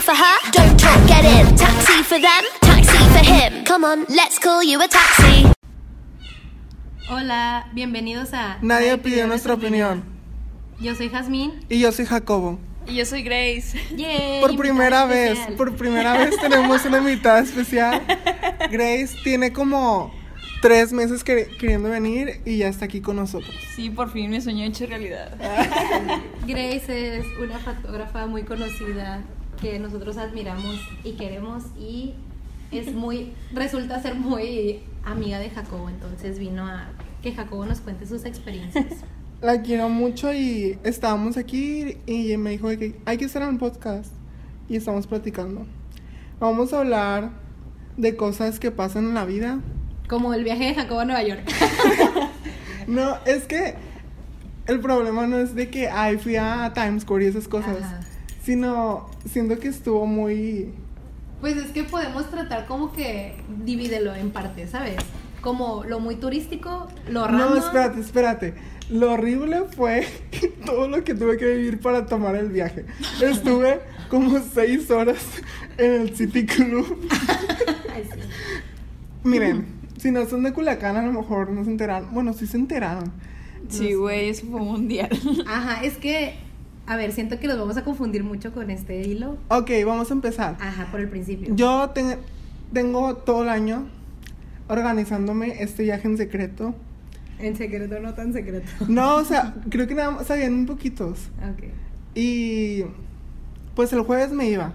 for her. Don't talk, get in. Taxi for them, taxi for him. Come on, let's call you a taxi. Hola, bienvenidos a Nadie pidió nuestra opinión. Yo soy Jazmín. Y yo soy Jacobo. Y yo soy Grace. Yay, Por invitada primera vez, especial. por primera vez tenemos una invitada especial. Grace tiene como tres meses que- queriendo venir y ya está aquí con nosotros. Sí, por fin mi sueño hecho realidad. Grace es una fotógrafa muy conocida que nosotros admiramos y queremos y es muy resulta ser muy amiga de Jacobo, entonces vino a que Jacobo nos cuente sus experiencias. La quiero mucho y estábamos aquí y me dijo de que hay que hacer un podcast y estamos platicando. Vamos a hablar de cosas que pasan en la vida. Como el viaje de Jacobo a Nueva York. No, es que el problema no es de que ay fui a Times Square y esas cosas, Ajá. sino siento que estuvo muy Pues es que podemos tratar como que divídelo en partes, ¿sabes? Como lo muy turístico, lo raro. No, espérate, espérate. Lo horrible fue todo lo que tuve que vivir para tomar el viaje. Estuve como seis horas en el City Club. Miren, si no son de Culiacán, a lo mejor no se enteraron. Bueno, sí se enteraron. Sí, güey, eso fue mundial. Ajá, es que, a ver, siento que los vamos a confundir mucho con este hilo. Ok, vamos a empezar. Ajá, por el principio. Yo te- tengo todo el año organizándome este viaje en secreto. En secreto, no tan secreto. No, o sea, creo que nada más sabían un poquitos. Ok. Y pues el jueves me iba.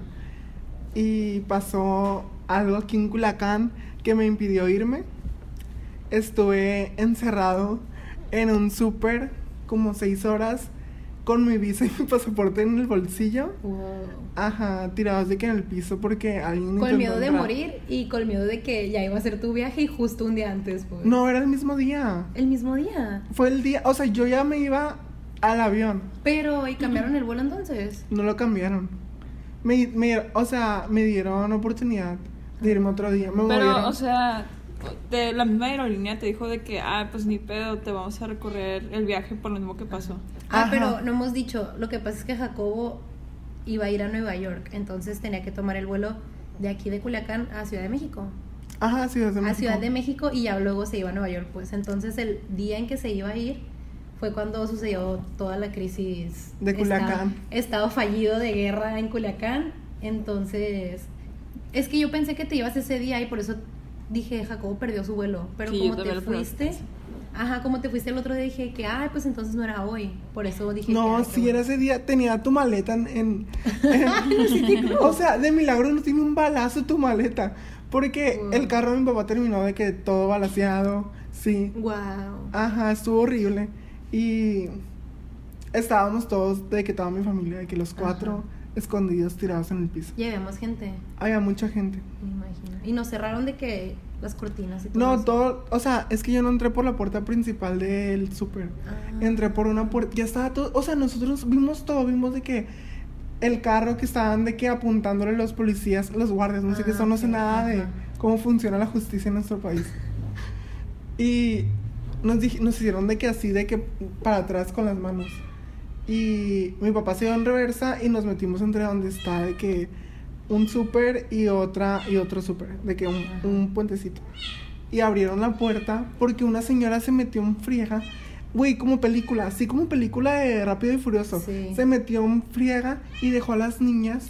Y pasó algo aquí en Culiacán que me impidió irme. Estuve encerrado en un súper como seis horas con mi visa y mi pasaporte en el bolsillo. Ajá, tirados de que en el piso porque Con alguien... intentó miedo de entrar. morir y con miedo de que ya iba a ser tu viaje y justo un día antes, pues. No, era el mismo día. El mismo día. Fue el día, o sea, yo ya me iba al avión. Pero, ¿y cambiaron el vuelo entonces? No lo cambiaron. Me, me- o sea, me dieron oportunidad de irme otro día. Me movieron. Pero, o sea, de la misma aerolínea te dijo de que, ah, pues ni pedo, te vamos a recorrer el viaje por lo mismo que pasó. Ah, Ajá. pero no hemos dicho. Lo que pasa es que Jacobo iba a ir a Nueva York, entonces tenía que tomar el vuelo de aquí de Culiacán a Ciudad de México. Ajá, Ciudad de a México. Ciudad de México y ya luego se iba a Nueva York, pues. Entonces el día en que se iba a ir fue cuando sucedió toda la crisis De Culiacán. Estado, estado fallido de guerra en Culiacán. Entonces, es que yo pensé que te ibas ese día y por eso dije, Jacobo perdió su vuelo, pero Sí, yo como también te lo perdí. fuiste, ajá, como te fuiste el otro día dije que, ay, pues entonces no era hoy. Por eso dije que, No, ay, qué si bueno. era ese día, tenía tu maleta en... en- en- o sea, de milagro no tiene un balazo tu maleta. Porque Wow. el carro de mi papá terminó de que todo balaseado. Sí. Guau. Ajá, estuvo horrible. Y estábamos todos, de que toda mi familia, de que los cuatro Ajá. escondidos tirados en el piso. Ya habíamos gente, Había mucha gente. me imagino. Y nos cerraron de que las cortinas y todo. No, eso. todo, o sea, es que yo no entré por la puerta principal del súper. Ah. Entré por una puerta, ya estaba todo, o sea, nosotros vimos todo, vimos de que el carro que estaban de que apuntándole los policías, los guardias, no sé qué, Ah, eso no sé ok, nada de ajá. cómo funciona la justicia en nuestro país. Y nos, dij- nos hicieron de que así, de que para atrás con las manos. Y mi papá se dio en reversa y nos metimos entre donde está de que un súper y otra y otro súper, de que un, Ajá. un puentecito. Y abrieron la puerta porque una señora se metió en friega. Güey, como película, así como película de Rápido y Furioso. Sí. Se metió en friega y dejó a las niñas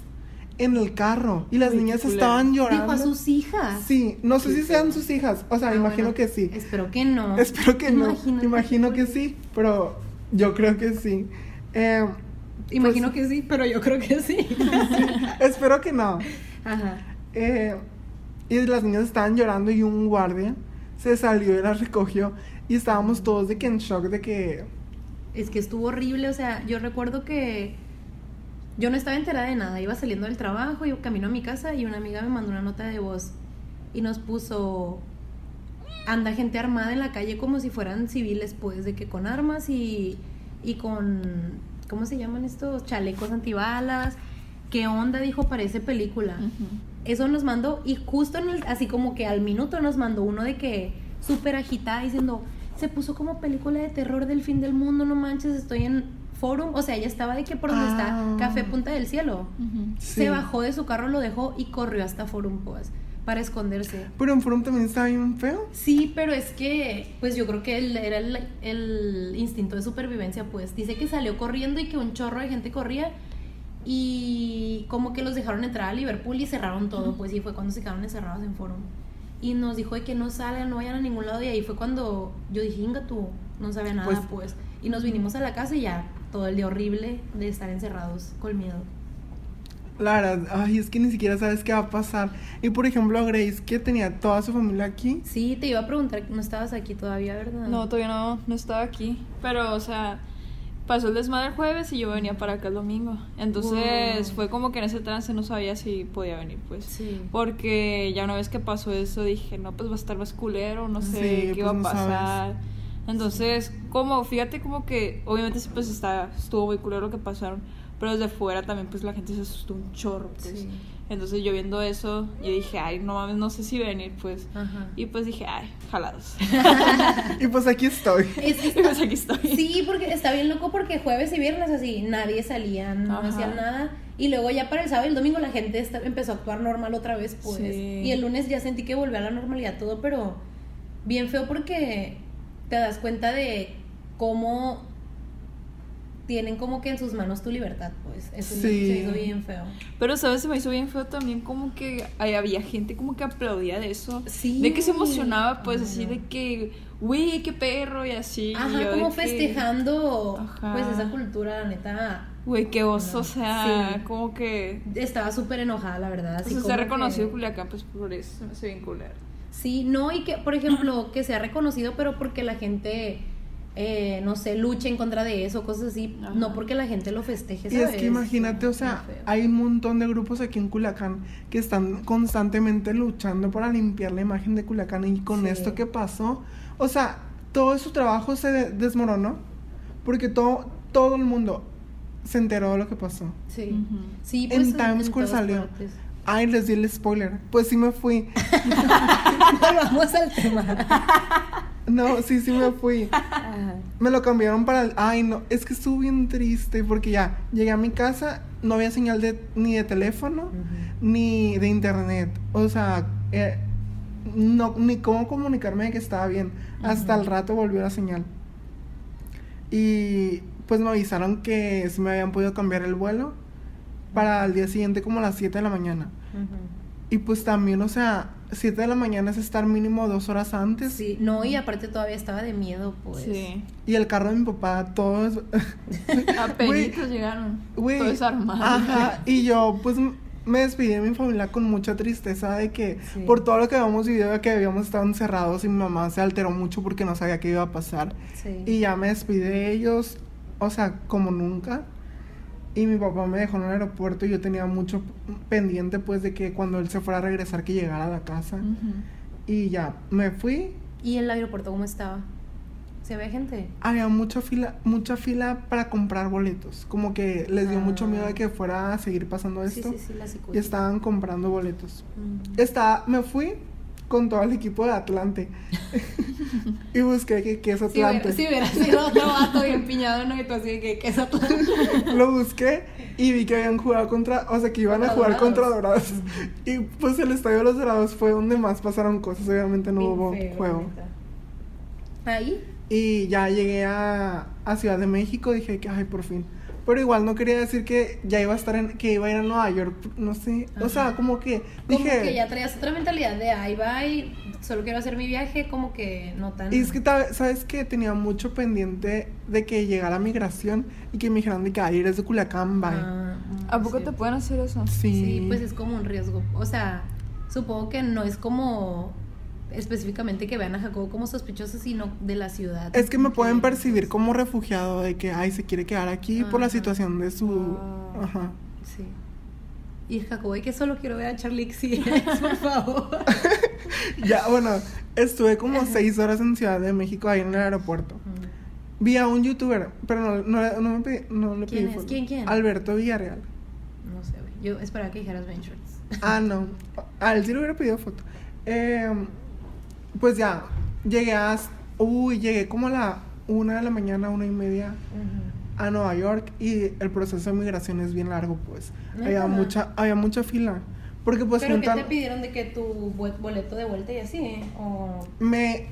en el carro. Y las Uy, qué niñas culero. estaban Dijo llorando. a sus hijas. Sí, no sé si sean sus hijas. O sea, Ah, imagino bueno. que sí. Espero que no. Espero que no. Imagínate. Imagino que sí, pero yo creo que sí. Eh, Imagino que sí, pero yo creo que sí. espero que no. Ajá. Eh, y las niñas estaban llorando y un guardia se salió y las recogió. Y estábamos todos de que en shock de que... Es que estuvo horrible, o sea, yo recuerdo que yo no estaba enterada de nada, iba saliendo del trabajo y camino a mi casa y una amiga me mandó una nota de voz y nos puso anda gente armada en la calle como si fueran civiles, pues, de que con armas y, y con, ¿cómo se llaman estos? Chalecos antibalas. ¿Qué onda? Dijo, parece película. Eso nos mandó y justo en el- así como que al minuto nos mandó uno de que súper agitada diciendo, se puso como película de terror del fin del mundo, no manches, estoy en Forum, o sea, ella estaba de que por donde Ah. está Café Punta del Cielo. Ujú. Sí. Se bajó de su carro, lo dejó y corrió hasta Forum pues, para esconderse. Pero en Forum también estaba bien feo. Sí, pero es que, pues yo creo que él era el, el instinto de supervivencia, pues. Dice que salió corriendo y que un chorro de gente corría y como que los dejaron entrar a Liverpool y cerraron todo, pues, y fue cuando se quedaron encerrados en Forum. Y nos dijo de que no salgan, no vayan a ningún lado y ahí fue cuando yo dije, inga tú, no sabe nada, Pues- pues. Y nos vinimos a la casa y ya, todo el día horrible de estar encerrados con miedo. La verdad, ay, es que ni siquiera sabes qué va a pasar. Y por ejemplo, a Grace, que tenía toda su familia aquí. Sí, te iba a preguntar, no estabas aquí todavía, ¿verdad? No, todavía no, no estaba aquí. Pero, o sea, pasó el desmadre el jueves y yo venía para acá el domingo. Entonces Wow. fue como que en ese trance no sabía si podía venir, pues. Sí. Porque ya una vez que pasó eso dije, no, pues va a estar más culero, no sé Sí, qué pues iba a no sabes. pasar. Entonces, como, fíjate como que, obviamente sí, pues está, estuvo muy culero lo que pasaron. Pero desde fuera también, pues la gente se asustó un chorro. pues. Sí. Entonces yo viendo eso, yo dije, ay, no mames, no sé si venir, pues. Ajá. Y pues dije, ay, jalados. Y pues aquí estoy. Es que y pues aquí estoy. Sí, porque está bien loco porque jueves y viernes así nadie salía, no Ajá. hacían nada. Y luego ya para el sábado y el domingo la gente esta- empezó a actuar normal otra vez, pues. Sí. Y el lunes ya sentí que volvió a la normalidad todo, pero bien feo porque te das cuenta de cómo tienen como que en sus manos tu libertad, pues. Eso se Sí. hizo bien feo. Pero, ¿sabes? Se me hizo bien feo también como que ahí había gente como que aplaudía de eso. Sí. De que se emocionaba, pues, Ajá. así de que, güey, qué perro y así. Ajá, y yo como de que, festejando Ajá. pues esa cultura, la neta. Güey, qué oso, o sea, Sí. como que... Estaba súper enojada, la verdad. O así sea, se como ha que- reconocido Culiacán, pues, por eso se me hace bien culero. Sí, no, y que, por ejemplo, que sea reconocido, pero porque la gente, eh, no sé, luche en contra de eso, cosas así, Ajá. no porque la gente lo festeje. Y es ¿sabes? que imagínate, o Está sea, feo. hay un montón de grupos aquí en Culiacán que están constantemente luchando para limpiar la imagen de Culiacán y con Sí. esto que pasó, o sea, todo su trabajo se de- desmoronó porque todo, todo el mundo se enteró de lo que pasó. Sí, Ujú. sí En pues, Times Square todas salió. partes. Ay, les di el spoiler. Pues sí me fui. Volvamos al tema. No, sí, sí me fui. Ajá. Me lo cambiaron para el... Ay, no, es que estuve bien triste porque ya llegué a mi casa, no había señal de, ni de teléfono, ni de internet. O sea, eh, no, ni cómo comunicarme de que estaba bien. Hasta el rato volvió la señal. Y pues me avisaron que si me habían podido cambiar el vuelo para el día siguiente como a las 7 de la mañana. Ujú. Y pues también, o sea, 7 de la mañana es estar mínimo dos horas antes. Sí, no, y aparte todavía estaba de miedo, pues. Sí. Y el carro de mi papá, todo es... Apenitas llegaron. Güey, Todo desarmado. Ajá, y yo pues m- me despedí de mi familia con mucha tristeza de que Sí. por todo lo que habíamos vivido, de que habíamos estado encerrados y mi mamá se alteró mucho porque no sabía qué iba a pasar. Sí. Y ya me despedí de ellos, o sea, como nunca. Y mi papá me dejó en el aeropuerto y yo tenía mucho p- pendiente pues de que cuando él se fuera a regresar que llegara a la casa. Ujú. Y ya me fui. ¿Y el aeropuerto cómo estaba? ¿Se ve gente? Había mucha fila, mucha fila para comprar boletos. Como que les dio mucho Ah. miedo de que fuera a seguir pasando Sí, esto. sí, Pues sí, la psicosis. Y estaban comprando boletos. Ujú. Está, me fui con todo el equipo de Atlante. y busqué que, que es Si hubiera, Atlante. si hubiera sido otro vato bien piñado, no, y tú así de que, que es otro- Lo busqué y vi que habían jugado contra, o sea, que iban a Contra jugar Dorados. contra Dorados. Y pues el Estadio de los Dorados fue donde más pasaron cosas, obviamente no Bien hubo feo, juego. neta. Ahí, Y ya llegué a, a Ciudad de México, dije que, ay, por fin. Pero igual no quería decir que ya iba a estar en, que iba a ir a Nueva York, no sé. O sea, Ajá. como que como dije... que ya traías otra mentalidad de ahí va y solo quiero hacer mi viaje, como que no tan. Y es que, ta- ¿sabes que Tenía mucho pendiente de que llegara migración y que me dijeran de que "Ay, eres de Culiacán, bye. Ah, mm, ¿A poco sí. te pueden hacer eso? sí. Sí, pues es como un riesgo. O sea, supongo que no es como específicamente que vean a Jacobo como sospechoso, sino de la ciudad. Es que me pueden Que- percibir como refugiado de que, ay, se quiere quedar aquí por la Ajá. situación de su... Ah. Ajá. Sí. Y Jacobo, y que solo quiero ver a Charlie XCX, por favor. Ya, bueno, estuve como seis horas en Ciudad de México ahí en el aeropuerto. Mm, Vi a un youtuber, pero no, no, no me pedí- no le ¿Quién pedí es? foto. ¿Quién, quién? Alberto Villarreal. No sé, güey. Yo esperaba que dijeras Ventures. Ah, no. A él sí le hubiera pedido foto. Eh, pues ya, llegué a... Uy, llegué como a la una de la mañana, una y media a Nueva York y el proceso de migración es bien largo, pues. Había Neta. mucha, había mucha fila. Porque pues ¿Pero qué juntan- te pidieron de que tu bu- boleto de vuelta y así? ¿eh? ¿O me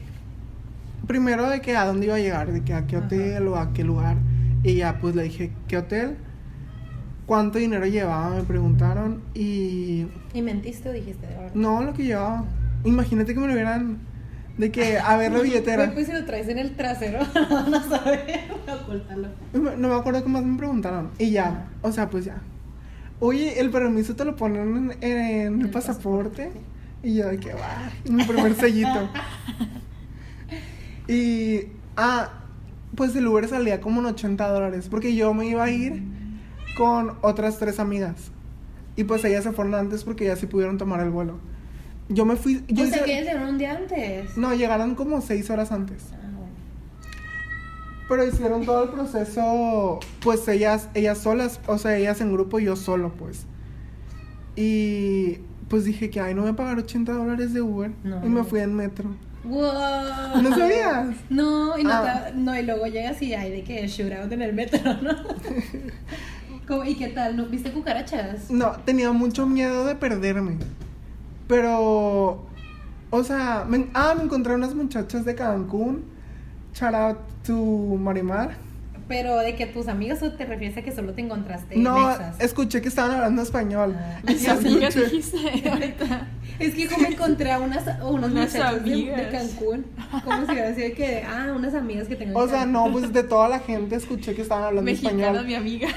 primero de que a dónde iba a llegar, de que a qué Ajá. hotel o a qué lugar y ya pues le dije qué hotel, cuánto dinero llevaba me preguntaron y ¿Y mentiste o dijiste "Ah, de verdad? no lo que llevaba. Imagínate que me lo hubieran de que a ver la billetera. Güey, Pues si lo traes en el trasero, van a saber, ocúltalo. No me acuerdo qué más me preguntaron y ya, o sea pues ya. Oye, el permiso te lo ponen en, en el El pasaporte. Y yo de que va, mi primer sellito. Y, ah, pues el Uber salía como en 80 dólares, porque yo me iba a ir con otras tres amigas. Y pues ellas se fueron antes porque ya sí pudieron tomar el vuelo. Yo me fui... Yo o sea, hice- que ellos llegaron un día antes. No, llegaron como seis horas antes. Ah, bueno. Pero hicieron todo el proceso, pues ellas, ellas solas, o sea, ellas en grupo y yo solo, pues. Y pues dije que, ay, no voy a pagar 80 dólares de Uber. No. y me fui en metro. Wow. ¿No sabías? No, y, no, Ah. te- no, y luego llegas y hay de que shootout en el metro, ¿no? Como, ¿Y qué tal? ¿No viste cucarachas? No, tenía mucho miedo de perderme. Pero, o sea, me, ah, me encontré unas muchachas de Cancún. Shout out to Marimar. Pero de que tus amigas o te refieres a que solo te encontraste no, mexas? escuché que estaban hablando español. Ah. Y Mis amigas escuché- dijiste ahorita. Es que yo me encontré a unas, a unos Unas muchachos de, amigas. de Cancún. Como si hubiera sido de que, ah, unas amigas que tengo. en O sea, Cancún. no, pues de toda la gente escuché que estaban hablando Mexicana, mi español. amiga.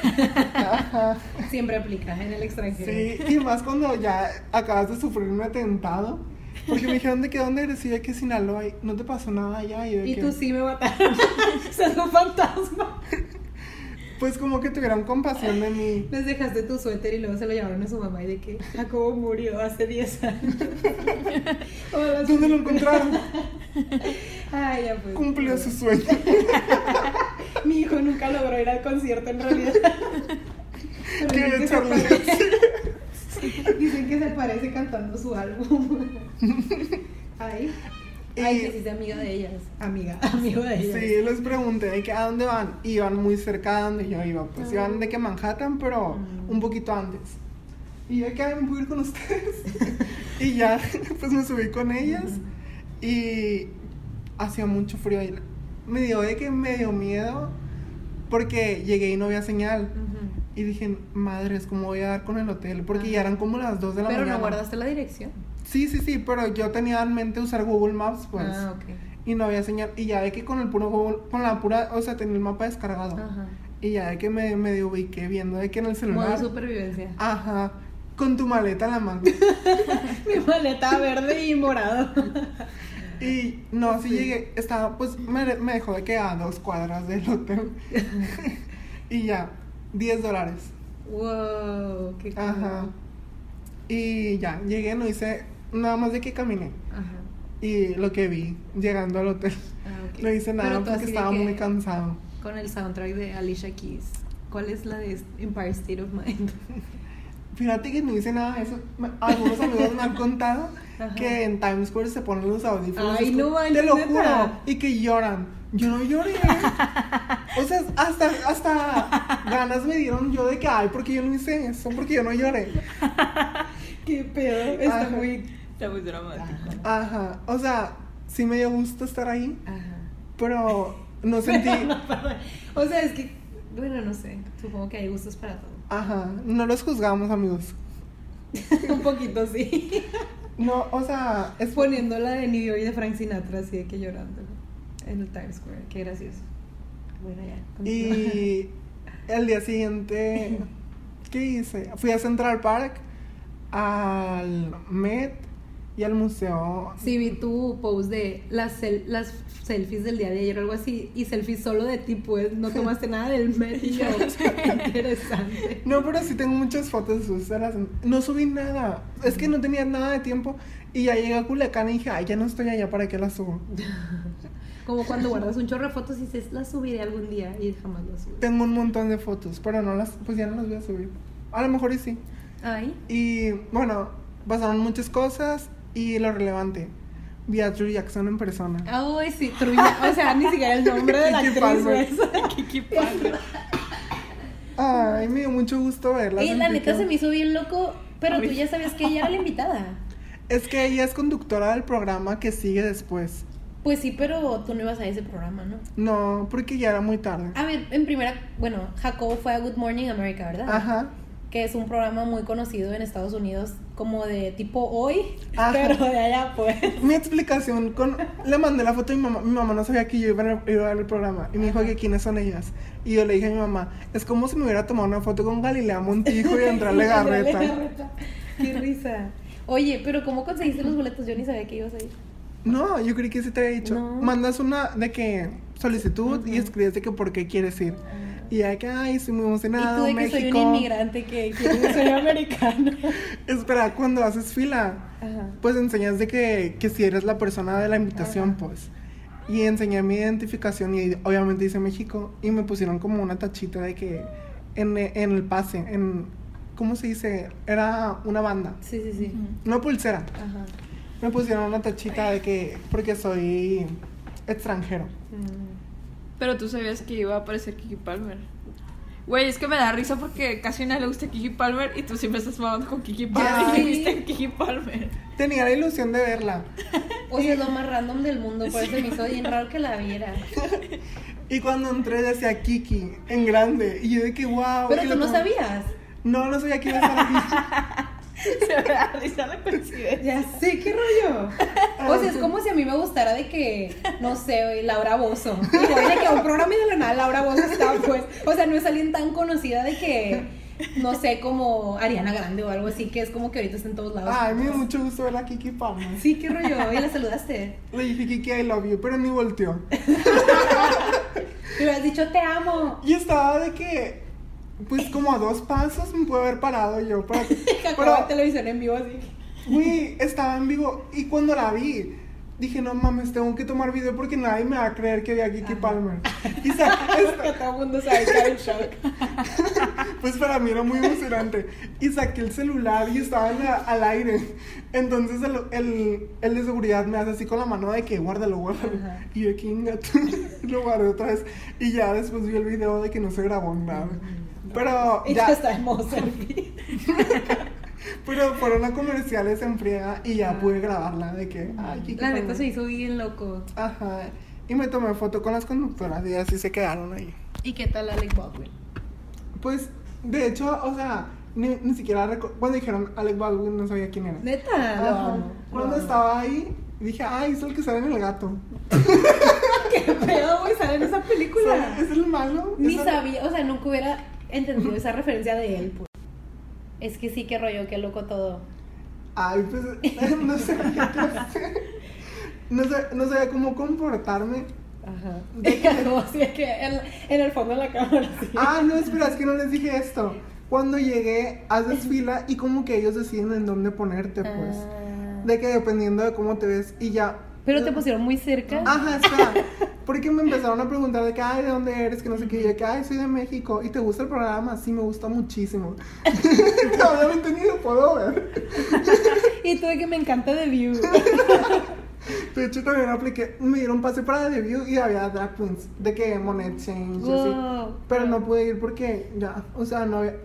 Ajá. Siempre aplica en el extranjero. Sí, y más cuando ya acabas de sufrir un atentado. Porque me dijeron de que dónde eres y yo de que Sinaloa, y no te pasó nada allá. Y, yo de Y que- tú sí me mataron. Sos un fantasma. Pues como que tuvieron compasión de mí. Les dejaste tu suéter y luego se lo llevaron a su mamá y de que Jacobo murió hace 10 años. Como las- ¿Dónde lo encontraron? Ay, ya pues. Cumplió su sueño. Mi hijo nunca logró ir al concierto en realidad. Pero Qué dicen, que se charlas. parece- dicen que se parece cantando su álbum. Ay. Ay, Y- que sí sea amiga de ellas. Amiga, amigo de ellas. Sí, les pregunté de que a dónde van. Y iban muy cerca de donde yo iba. Pues iban de que Manhattan, pero Ah. Mm. un poquito antes. Y yo de que "Ay, me puedo ir con ustedes. y ya, pues me subí con ellas. Y hacía mucho frío. y Me dio de que me dio miedo porque llegué y no había señal. Ujú. Y dije, madres, ¿cómo voy a dar con el hotel? Porque Ajá. ya eran como las 2 de la Pero mañana. no guardaste la dirección. Sí, sí, sí, pero yo tenía en mente usar Google Maps, pues ah, ok. y no había señal y ya de que con el puro Google- con la pura o sea tenía el mapa descargado Ajá. y ya de que me medio ubiqué viendo de que en el celular Modo supervivencia. ajá con tu maleta en la mano Mi maleta verde y morado. y no sí, Sí. llegué estaba pues me, me dejó de que a dos cuadras del hotel y ya 10 dólares wow, qué cool. ajá y ya llegué no hice nada más de que caminé Ajá. y lo que vi llegando al hotel Ah, ok. no hice nada Pero tú porque así de estaba que muy cansado Con el soundtrack de Alicia Keys. ¿Cuál es la de Empire State of Mind? Fíjate que no hice nada de eso. Me- Algunos amigos me han contado Ajá. que en Times Square se ponen los audífonos. Ay, escu- no manches, Te lo ¿neta? juro. Y que lloran. Yo no lloré. O sea, hasta, hasta ganas me dieron yo de que, ay, porque yo no hice eso, porque yo no lloré. Qué pedo. Está Está muy- muy. Está muy dramático. Ajá. O sea, sí me dio gusto estar ahí, Ajá. pero no sentí. O sea, es que. Bueno, no sé. Supongo que hay gustos para todo. Ajá. No los juzgamos, amigos. Un poquito sí. No, o sea, es Poniendo la de New York y de Frank Sinatra, así de que llorando. En el Times Square. Qué gracioso. Bueno, ya. continúa. Y el día siguiente, ¿qué hice? Fui a Central Park, al Met y al museo. Sí, vi tu post de las, sel- las selfies del día de ayer o algo así, y selfies solo de ti, pues no tomaste nada del medio. Interesante. No, pero sí tengo muchas fotos de las No subí nada. Es que no tenía nada de tiempo. Y ya llegué a Culiacán y dije, ay, ya no estoy allá, ¿para qué las subo? Como cuando guardas un chorro de fotos y dices, las subiré algún día y jamás las subes. Tengo un montón de fotos, pero no las, pues ya no las voy a subir. A lo mejor y sí. Ay, Y bueno, pasaron muchas cosas y lo relevante. Vi a Drew Jackson en persona. ay, sí, Trulla. O sea, ni siquiera el nombre de la Kiki actriz. Palmer. pues. Kiki Palmer. Ay, me dio mucho gusto verla. Y la neta Santiago. se me hizo bien loco, pero tú Ay. ya sabías que ella era la invitada. Es que ella es conductora del programa que sigue después. Pues sí, pero tú no ibas a ese programa, ¿no? No, porque ya era muy tarde. A ver, en primera, bueno, Jacobo fue a Good Morning America, ¿verdad? Ajá. Que es un programa muy conocido en Estados Unidos, como de tipo hoy, Ajá. pero de allá pues. Mi explicación con... Le mandé la foto a mi mamá. Mi mamá no sabía que yo iba a, iba a ver el programa. Y me dijo que quiénes son ellas. Y yo le dije a mi mamá, es como si me hubiera tomado una foto con Galilea Montijo y entrarle garreta. Qué risa. Oye, pero ¿cómo conseguiste los boletos? Yo ni sabía que ibas a ir. No, yo creí que sí te había dicho. No. Mandas una de que solicitud y escribes de que por qué quieres ir. Y ya que, ay, estoy muy y emocionada. tú de que México. soy un inmigrante que quiere soy americano. Espera, cuando haces fila, Ajá. pues enseñas de que, que si eres la persona de la invitación, Ajá. pues. Y enseñé mi identificación y obviamente dice México y me pusieron como una tachita de que en, e- en el pase, en, ¿cómo se dice? Era una banda, Sí, sí, sí. una pulsera. Ajá. Me pusieron una tachita de que, porque soy extranjero. Mm. Pero tú sabías que iba a aparecer Kiki Palmer. Güey, es que me da risa porque casi a nadie le gusta Kiki Palmer y tú siempre estás mamando con Kiki Palmer. Ya y sé. viste a Kiki Palmer. Tenía la ilusión de verla. O sea, es lo más random del mundo, por eso me hizo bien raro que la viera. Y cuando entré decía Kiki, en grande. Y yo de que, wow. Pero tú no sabías. No, no sabía que iba a estar aquí. Se me da risa la coincidencia. Ya sé, qué rollo. O sea, es como si a mí me gustara de que, no sé, güey, Laura Bozo. Y voy de que a un programa y de la nada Laura Bozo está, pues. O sea, no es alguien tan conocida de que, no sé, como Ariana Grande o algo así, que es como que ahorita está en todos lados. Ay, me dio mucho gusto ver a Kiki Palmer. Sí, qué rollo. Y la saludaste. Le dije Kiki, I love you, pero ni volteó. Y le has dicho, te amo. Y estaba de que, pues como a dos pasos me pude haber parado yo. Pero, Acabó de pero televisión en vivo, así. güey, estaba en vivo. Y cuando la vi, dije, no mames, tengo que tomar video porque nadie me va a creer que vi a Kiki Palmer. Y sa- Que todo el mundo sabe que era en shock. Pues para mí era muy emocionante. Y saqué el celular y estaba en la- al aire. Entonces el, el, el de seguridad me hace así con la mano de que guárdalo, guárdalo. Ajá. Y yo aquí ingato, lo guardé otra vez. Y ya después vi el video de que no se grabó nada. Pero Y ya ya, está hermosa el video. pero fueron a comerciales en friega y ya pude grabarla de que, ay, qué La neta padre. se hizo bien loco. Ajá. Y me tomé foto con las conductoras y así se quedaron ahí. ¿Y qué tal Alec Baldwin? Pues, de hecho, o sea, ni, ni siquiera reco- cuando dijeron Alec Baldwin no sabía quién era. Neta, lo Ajá. amo. lo Cuando amo. estaba ahí, dije, ay, es el que sale en el gato. ¿Qué pedo, güey? Sale en esa película. ¿Sale- ¿Es el malo? Ni ¿Es el- sabía, o sea, nunca hubiera entendido esa referencia de él, pues. Es que sí, qué rollo, qué loco todo. Ay, pues, no sabía qué hacer. No sabía, no sabía cómo comportarme. Ajá. Como así de que en, en el fondo de la cámara. así. Ah, no, espera, es que no les dije esto. Cuando llegué, haces fila y como que ellos deciden en dónde ponerte, pues. Ah. De que dependiendo de cómo te ves y ya. Pero te pusieron muy cerca. Ajá, espera. Porque me empezaron a preguntar de que, ay, ¿de dónde eres? Que no sé qué. Y yo, que, ay, soy de México. ¿Y te gusta el programa? Sí, me gusta muchísimo. Obviamente ni lo puedo ver. Y tú de que me encanta The View. De hecho, también apliqué. Me dieron pase para The View y había drag queens. De que Monet Change, y así. Wow. Pero no pude ir porque ya, o sea, no había-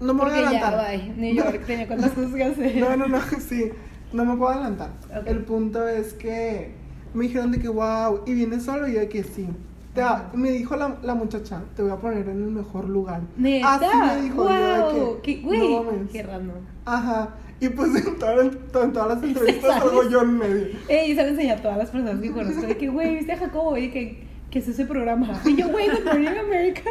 No me voy a Porque ya, adelantar. bye. New York tenía cuantas cosas que hacer. No, no, no, sí. No me puedo adelantar. Ok. El punto es que me dijeron de que wow, y vienes solo, y yo de que sí. Te va- me dijo la, la muchacha, te voy a poner en el mejor lugar. Neta. Así me dijo. yo de wow. que, Qué, güey. "No mames". qué random. Ajá. Y pues en, toda- en todas las entrevistas salgo yo en medio. Ey, se lo enseña a todas las personas que conozco de que, güey, viste a Jacobo y que, que es ese programa. Y yo, güey, The Morning America.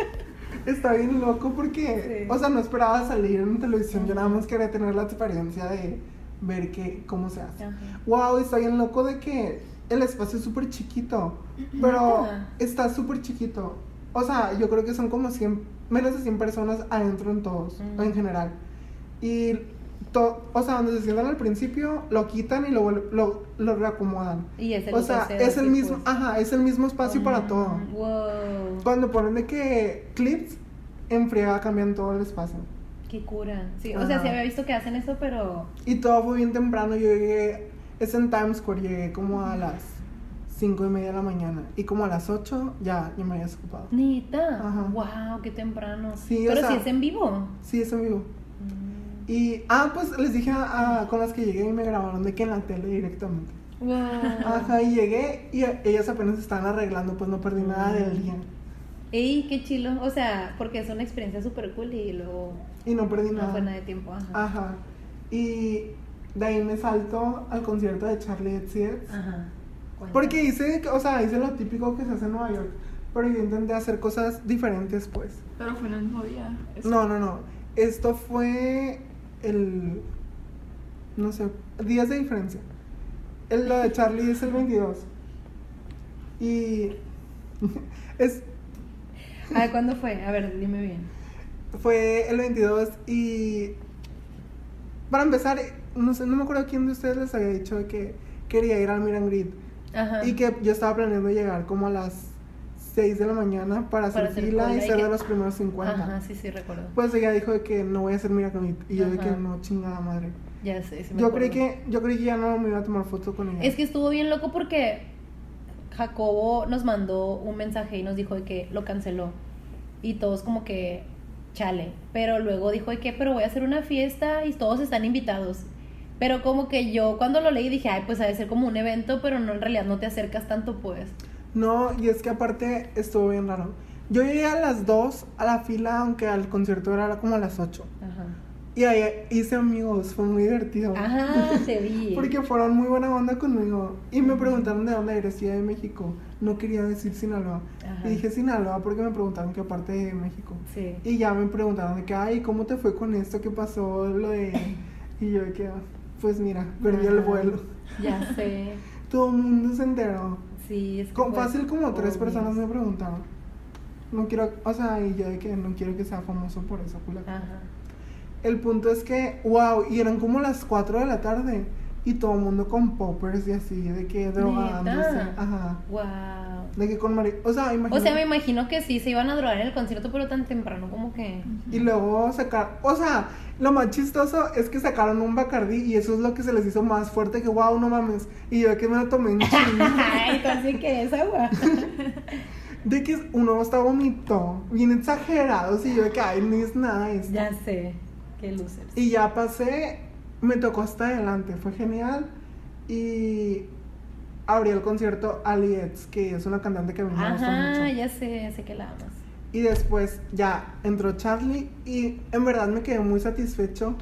Está bien loco porque, Sí. o sea, no esperaba salir en televisión. Yo nada más quería tener la experiencia de ver que, cómo se hace. Ajá. Wow, está bien loco de que el espacio es súper chiquito, pero Nada. está súper chiquito. O sea, yo creo que son como 100, menos de 100 personas adentro en todos, Mm. en general. Y, to- o sea, donde se sientan al principio, lo quitan y lo, vuel- lo, lo reacomodan. Y es el O sea, paseo, es el así, mismo, pues. ajá, es el mismo espacio para todo. Mm, Wow. Cuando ponen de que clips, en friega cambian todo el espacio. Qué cura. Sí, o sea, Ajá. sí había visto que hacen eso, pero. Y todo fue bien temprano, yo llegué, es en Times Square, llegué como a las 5 y media de la mañana. Y como a las 8 ya, ya me había desocupado. Neta. Ajá. Wow, qué temprano. Sí, o Pero sea- si es en vivo. Sí, es en vivo. Y, ah, pues les dije a- a- con las que llegué y me grabaron de que en la tele directamente. Wow. Ajá, y llegué y a- ellas apenas estaban arreglando, pues no perdí nada del día. Ey, qué chilo. O sea, porque es una experiencia súper cool y luego Y no Ah. perdí no nada. fue nada de tiempo. Ajá. Ajá. Y de ahí me salto al concierto de Charlie XCX. Ajá. Cuenta. Porque hice, o sea, hice lo típico que se hace en Nueva York. Pero yo intenté hacer cosas diferentes, pues. Pero fue en el mismo día. Es- No, no, no. Esto fue el. No sé, días de diferencia. El lo de Charlie es el 22. Y. Es, Ah, ¿cuándo fue? A ver, dime bien. fue el 22 y. Para empezar, no sé, no me acuerdo quién de ustedes les había dicho que quería ir al Miran Grid. Ajá. Y que yo estaba planeando llegar como a las 6 de la mañana para hacer Para hacer fila y cola y ser que- de los primeros 50. Ajá, sí, sí, recuerdo. Pues ella dijo de que no voy a hacer Miran Grid. Y yo de que Ajá. no, chingada madre. Ya sé, sí me Pues, Yo acuerdo. creí que yo creí que ya no me iba a tomar foto con ella. Es que estuvo bien loco porque Jacobo nos mandó un mensaje y nos dijo de que lo canceló. Y todos como que, chale. Pero luego dijo de que, pero voy a hacer una fiesta y todos están invitados. Pero como que yo cuando lo leí dije, ay, pues ha de ser como un evento, pero no, en realidad no te acercas tanto, pues. No, y es que aparte estuvo bien raro. Yo llegué a las 2 a la fila, aunque al concierto era como a las 8. Ajá. Y ahí hice amigos, fue muy divertido. Ajá, te vi. Porque fueron muy buena onda conmigo. Y me preguntaron de dónde eres, Ciudad de México. No quería decir Sinaloa. Ajá. Y dije Sinaloa porque me preguntaron qué parte de México. Sí. Y ya me preguntaron de que, ay, ¿cómo te fue con esto? ¿Qué pasó? Lo de... Y yo de que, "Ah, pues mira, perdí el Ajá. vuelo. Ya sé. Todo el mundo se enteró. Sí, es que Con fue- fácil como tres Oh, personas Dios. me preguntaron. No quiero, o sea, y yo de que no quiero que sea famoso por eso, culacán. Ajá. El punto es que, wow, y eran como las 4 de la tarde y todo el mundo con poppers y así, de que drogándose. ¿Neta? Ajá. Wow. De que con mari... O sea, imagínate. O sea, me imagino que sí, se iban a drogar en el concierto, pero tan temprano como que... Y luego sacar, o sea, lo más chistoso es que sacaron un Bacardí y eso es lo que se les hizo más fuerte que wow, no mames. Y yo de que me lo tomé en chinga. Ay, casi que es agua. De que uno hasta vomitó, bien exagerado, y yo de que ay, no es nada esto. Ya sé, qué losers. Y ya pasé, me tocó hasta adelante, fue genial. Y abrí el concierto Ali Eds, que es una cantante que a mí me gusta Ajá, mucho. ya sé, sé que la amas. Y después ya entró Charlie y en verdad me quedé muy satisfecho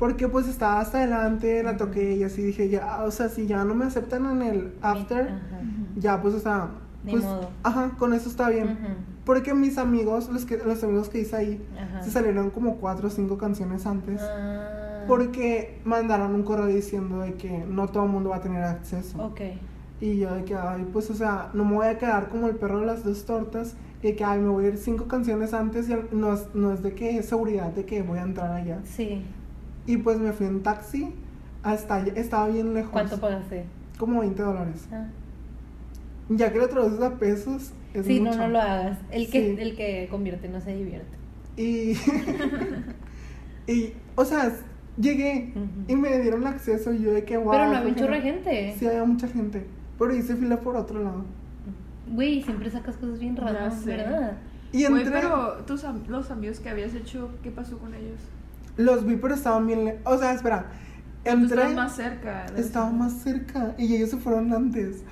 porque pues estaba hasta adelante, la toqué y así dije, ya, o sea, si ya no me aceptan en el after, Ajá. ya pues, o sea, Ni pues, modo. ajá, con eso está bien. Ujú, Porque mis amigos, los, que, los amigos que hice ahí, Ajá. se salieron como cuatro o cinco canciones antes. Ah, Porque mandaron un correo diciendo de que no todo el mundo va a tener acceso. Ok. Y yo de que, ay, pues, o sea, no me voy a quedar como el perro de las dos tortas. Y de que, ay, me voy a ir cinco canciones antes y al- no es, no es de que es seguridad de que voy a entrar allá. Sí. Y pues me fui en taxi hasta allá. Estaba bien lejos. ¿Cuánto pagaste? Como 20 dólares. Ah. Ya que lo traduces a pesos, es Sí, mucho. no, no lo hagas. El que, Sí. el que convierte no se divierte. Y, y, o sea, s- llegué Ujú. y me dieron acceso y yo de que, wow. Pero no fue había un chorro de genial. gente. Sí, había mucha gente. Pero hice fila por otro lado. Güey, siempre sacas cosas bien Ya raras, sé. ¿verdad? Y entré, Güey, pero tus am- los amigos que habías hecho, ¿qué pasó con ellos? los vi, pero estaban bien. le- O sea, espera. Tú Entré, estabas más cerca. de- estaba más cerca y ellos se fueron antes.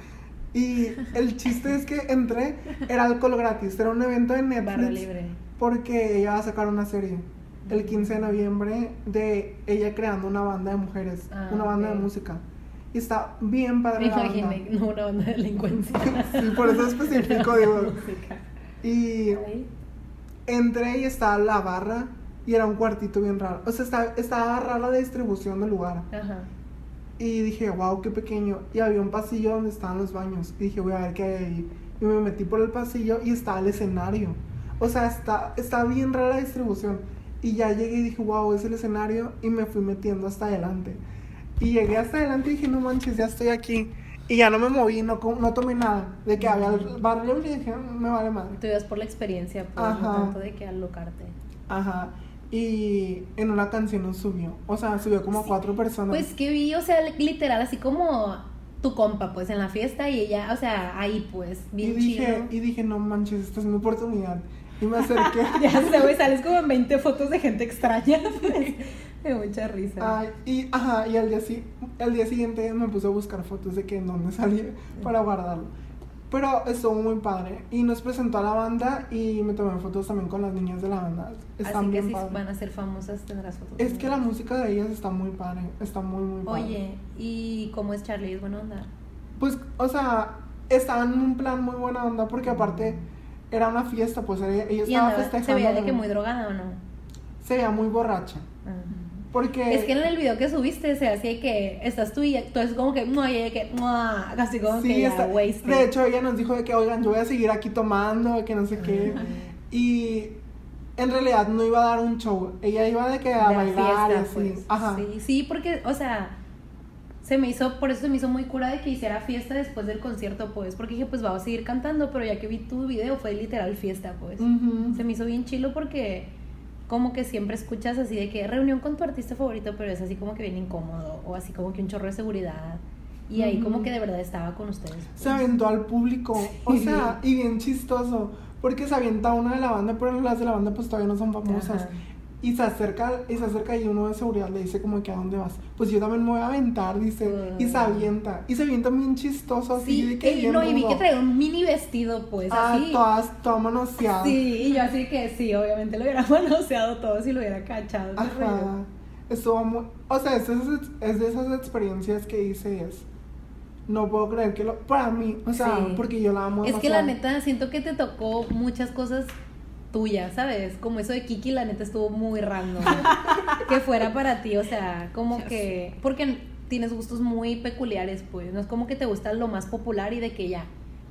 Y el chiste es que entré, era alcohol gratis, era un evento de Netflix. Barra libre. Porque ella va a sacar una serie el 15 de noviembre de ella creando una banda de mujeres, Ah, una banda ok. de música. Y está bien Me padre la banda. imaginé, no, una banda de delincuencia. Sí, por eso especifico, digo. Música. Y Ay. entré y estaba la barra y era un cuartito bien raro. O sea, estaba, estaba rara la distribución del lugar. Ajá. Y dije, wow, qué pequeño. Y había un pasillo donde estaban los baños. Y dije, voy a ver qué hay ahí. Y me metí por el pasillo y estaba el escenario. O sea, está, está bien rara la distribución. Y ya llegué y dije, wow, es el escenario. Y me fui metiendo hasta adelante. Y llegué hasta adelante y dije, no manches, ya estoy aquí. Y ya no me moví, no, com- no tomé nada. De que había el barrio y dije, "Ah, me vale madre. Te ibas por la experiencia, pues, no Ajá. tanto de que alocarte. Ajá. Y en una canción no subió. O sea, subió como a cuatro personas. Pues que vi, o sea, literal, así como tu compa, pues, en la fiesta y ella, o sea, ahí, pues, Y bien dije, chido. y dije, no manches, esta es mi oportunidad. Y me acerqué. Ya sé, güey, sales como en 20 fotos de gente extraña, pues. Me da mucha risa. Ay, Ah, y, ajá, y al día, si- al día siguiente me puse a buscar fotos de que en dónde salía para guardarlo. Pero estuvo muy padre. Y nos presentó a la banda y me tomé fotos también con las niñas de la banda. Están Así que bien si padre. van a ser famosas, tendrás fotos. Es con que la ellas. música de ellas está muy padre. Está muy, muy padre. Oye, ¿y cómo es Charlie? ¿Es buena onda? Pues, o sea, estaban en un plan muy buena onda porque aparte era una fiesta, pues ella, ella Y estaba andaba- festejando. se veía de que muy drogada o no. se veía muy borracha. Ah. Porque... Es que en el video que subiste se hacía que estás tú y tú es como que "Mua", y ella que "Mua", así como que ya está- wasted. de hecho ella nos dijo de que, oigan, yo voy a seguir aquí tomando, que no sé qué. Y en realidad no iba a dar un show, ella iba de que a De la bailar y fiesta, así. pues. Ajá. Sí, sí, porque, o sea, se me hizo, por eso se me hizo muy cura de que hiciera fiesta después del concierto, pues, porque dije, pues va a seguir cantando, pero ya que vi tu video fue literal fiesta, pues. Ujú. Se me hizo bien chilo porque como que siempre escuchas así de que reunión con tu artista favorito, pero es así como que bien incómodo o así como que un chorro de seguridad. Y ahí como que de verdad estaba con ustedes. pues. Se aventó al público, o sea, y bien chistoso, porque se avienta una de la banda, pero las de la banda pues todavía no son famosas. Ajá. Y se acerca, y se acerca y uno de seguridad le dice como que a dónde vas. Pues yo también me voy a aventar, dice. Y se Ah. avienta. Y se avienta bien chistoso así. Sí, de que y bien no, y vi rudo. que traía un mini vestido, pues, Ah, así. todas, todas manoseadas. Sí, y yo así que sí, obviamente lo hubiera manoseado todo si lo hubiera cachado. ese rollo. Ajá. Estuvo muy. O sea, es, es- es de esas experiencias que dices. No puedo creer que lo. Para mí, o sea, Sí. porque yo la amo. Es que la demasiado. neta, siento que te tocó muchas cosas tuyas, ¿sabes? Como eso de Kiki, la neta estuvo muy random. que fuera para ti, o sea, como Ya que. Porque tienes gustos muy peculiares, pues. No es como que te gusta lo más popular y de que ya.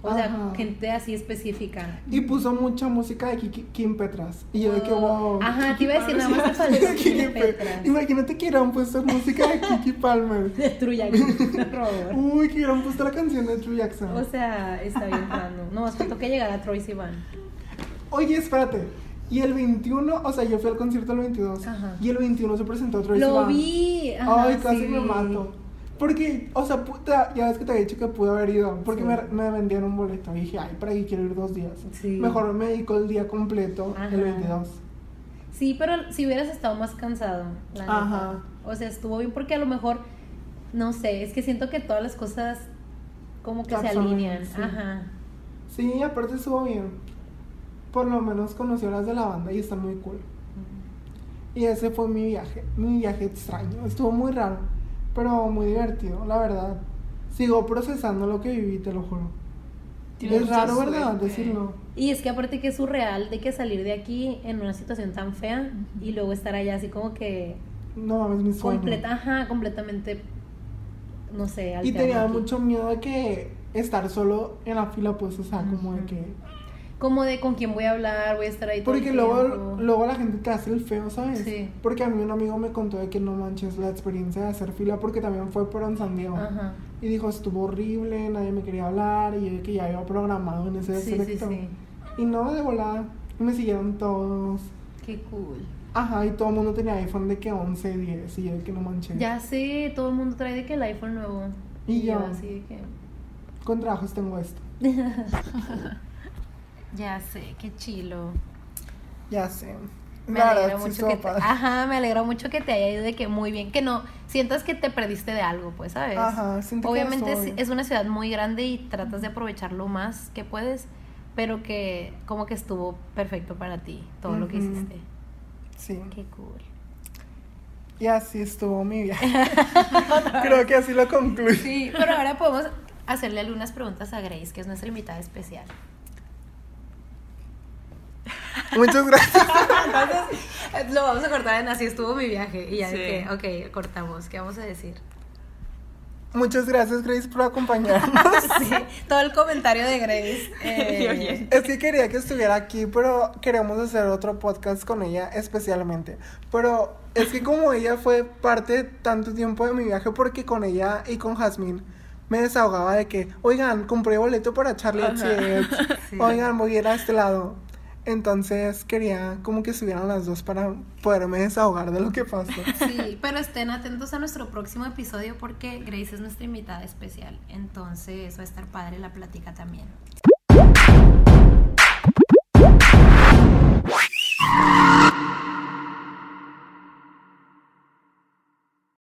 O sea, Ajá. gente así específica. Y puso mucha música de Kiki- Kim Petras. Y yo de que wow. Ajá, te iba a decir nada más que faltó Kiki Kiki Pe- Petras. Imagínate que hubieran puesto música de Kiki Palmer. Destruya, por favor. Uy, que hubieran puesto la canción de True Jackson. O sea, está bien random. No, más faltó que llegara Troy Sivan. Oye, espérate. Y el 21, o sea, yo fui al concierto el 22. Ajá. Y el 21 se presentó otro Lo vi. ajá, Ay, casi sí. me mato. Porque, o sea, puta, ya ves que te había dicho que pude haber ido. Porque Sí. me, me vendieron un boleto. Y dije, ay, para ahí quiero ir dos días. Sí. Mejor me dedico el día completo, Ajá. el 22. Sí, pero si hubieras estado más cansado, la neta. Ajá. O sea, estuvo bien porque a lo mejor, no sé, es que siento que todas las cosas como que Te se absorben, alinean. sí. Ajá. Sí, aparte estuvo bien. Por lo menos conocí a las de la banda y está muy cool. Y ese fue mi viaje, mi viaje extraño. Estuvo muy raro, pero muy divertido, la verdad. Sigo procesando lo que viví, te lo juro. Tienes es mucha raro, ¿verdad? suerte. Decirlo. Y es que aparte que es surreal de que salir de aquí en una situación tan fea y luego estar allá así como que No mames, mi sueño. completa, ajá, completamente, no sé, Y alterado tenía aquí. mucho miedo de que estar solo en la fila, pues, o sea, como de Ujú. que... Como de con quién voy a hablar, voy a estar ahí todo el Porque luego, tiempo. luego la gente te hace el feo, ¿sabes? Sí. Porque a mí un amigo me contó de que no manches la experiencia de hacer fila porque también fue por un San Diego. Ajá. Y dijo, estuvo horrible, nadie me quería hablar y yo de que ya había programado en ese Sí, sí, selecto. sí. Y no, de volada, me siguieron todos. Qué cool. Ajá, y todo el mundo tenía iPhone de que 11, 10 y yo de que no manches. Ya sé, todo el mundo trae de que el iPhone nuevo. Y yo. así de que. Con trabajos tengo esto. Ya sé, qué chilo. Ya sé. Me La alegra verdad, sí mucho estuvo que te, Ah. padre. ajá, me alegra mucho que te haya ido de que muy bien, que no sientas que te perdiste de algo, pues, ¿sabes? Ajá, siento que Obviamente estuvo es, bien. es una ciudad muy grande y tratas de aprovechar lo más que puedes, pero que como que estuvo perfecto para ti todo lo que Ujú. hiciste. Sí. Qué cool. Y así estuvo mi viaje. Creo que así lo concluí. Sí, pero ahora podemos hacerle algunas preguntas a Grace, que es nuestra invitada especial. Muchas gracias. eh, Lo vamos a cortar en así estuvo mi viaje. Y ya Sí. dije, ok, cortamos, ¿qué vamos a decir? Muchas gracias, Grace, por acompañarnos. Sí, todo el comentario de Grace. eh, Y oye. Es que quería que estuviera aquí, pero queremos hacer otro podcast con ella especialmente. Pero es que como ella fue parte tanto tiempo de mi viaje, porque con ella y con Jazmín me desahogaba de que, oigan, compré boleto para Charlie Ajá. Chips, oigan, voy a ir a este lado. Entonces quería como que subieran las dos para poderme desahogar de lo que pasó. Sí, pero estén atentos a nuestro próximo episodio porque Grace es nuestra invitada especial. Entonces va a estar padre la plática también.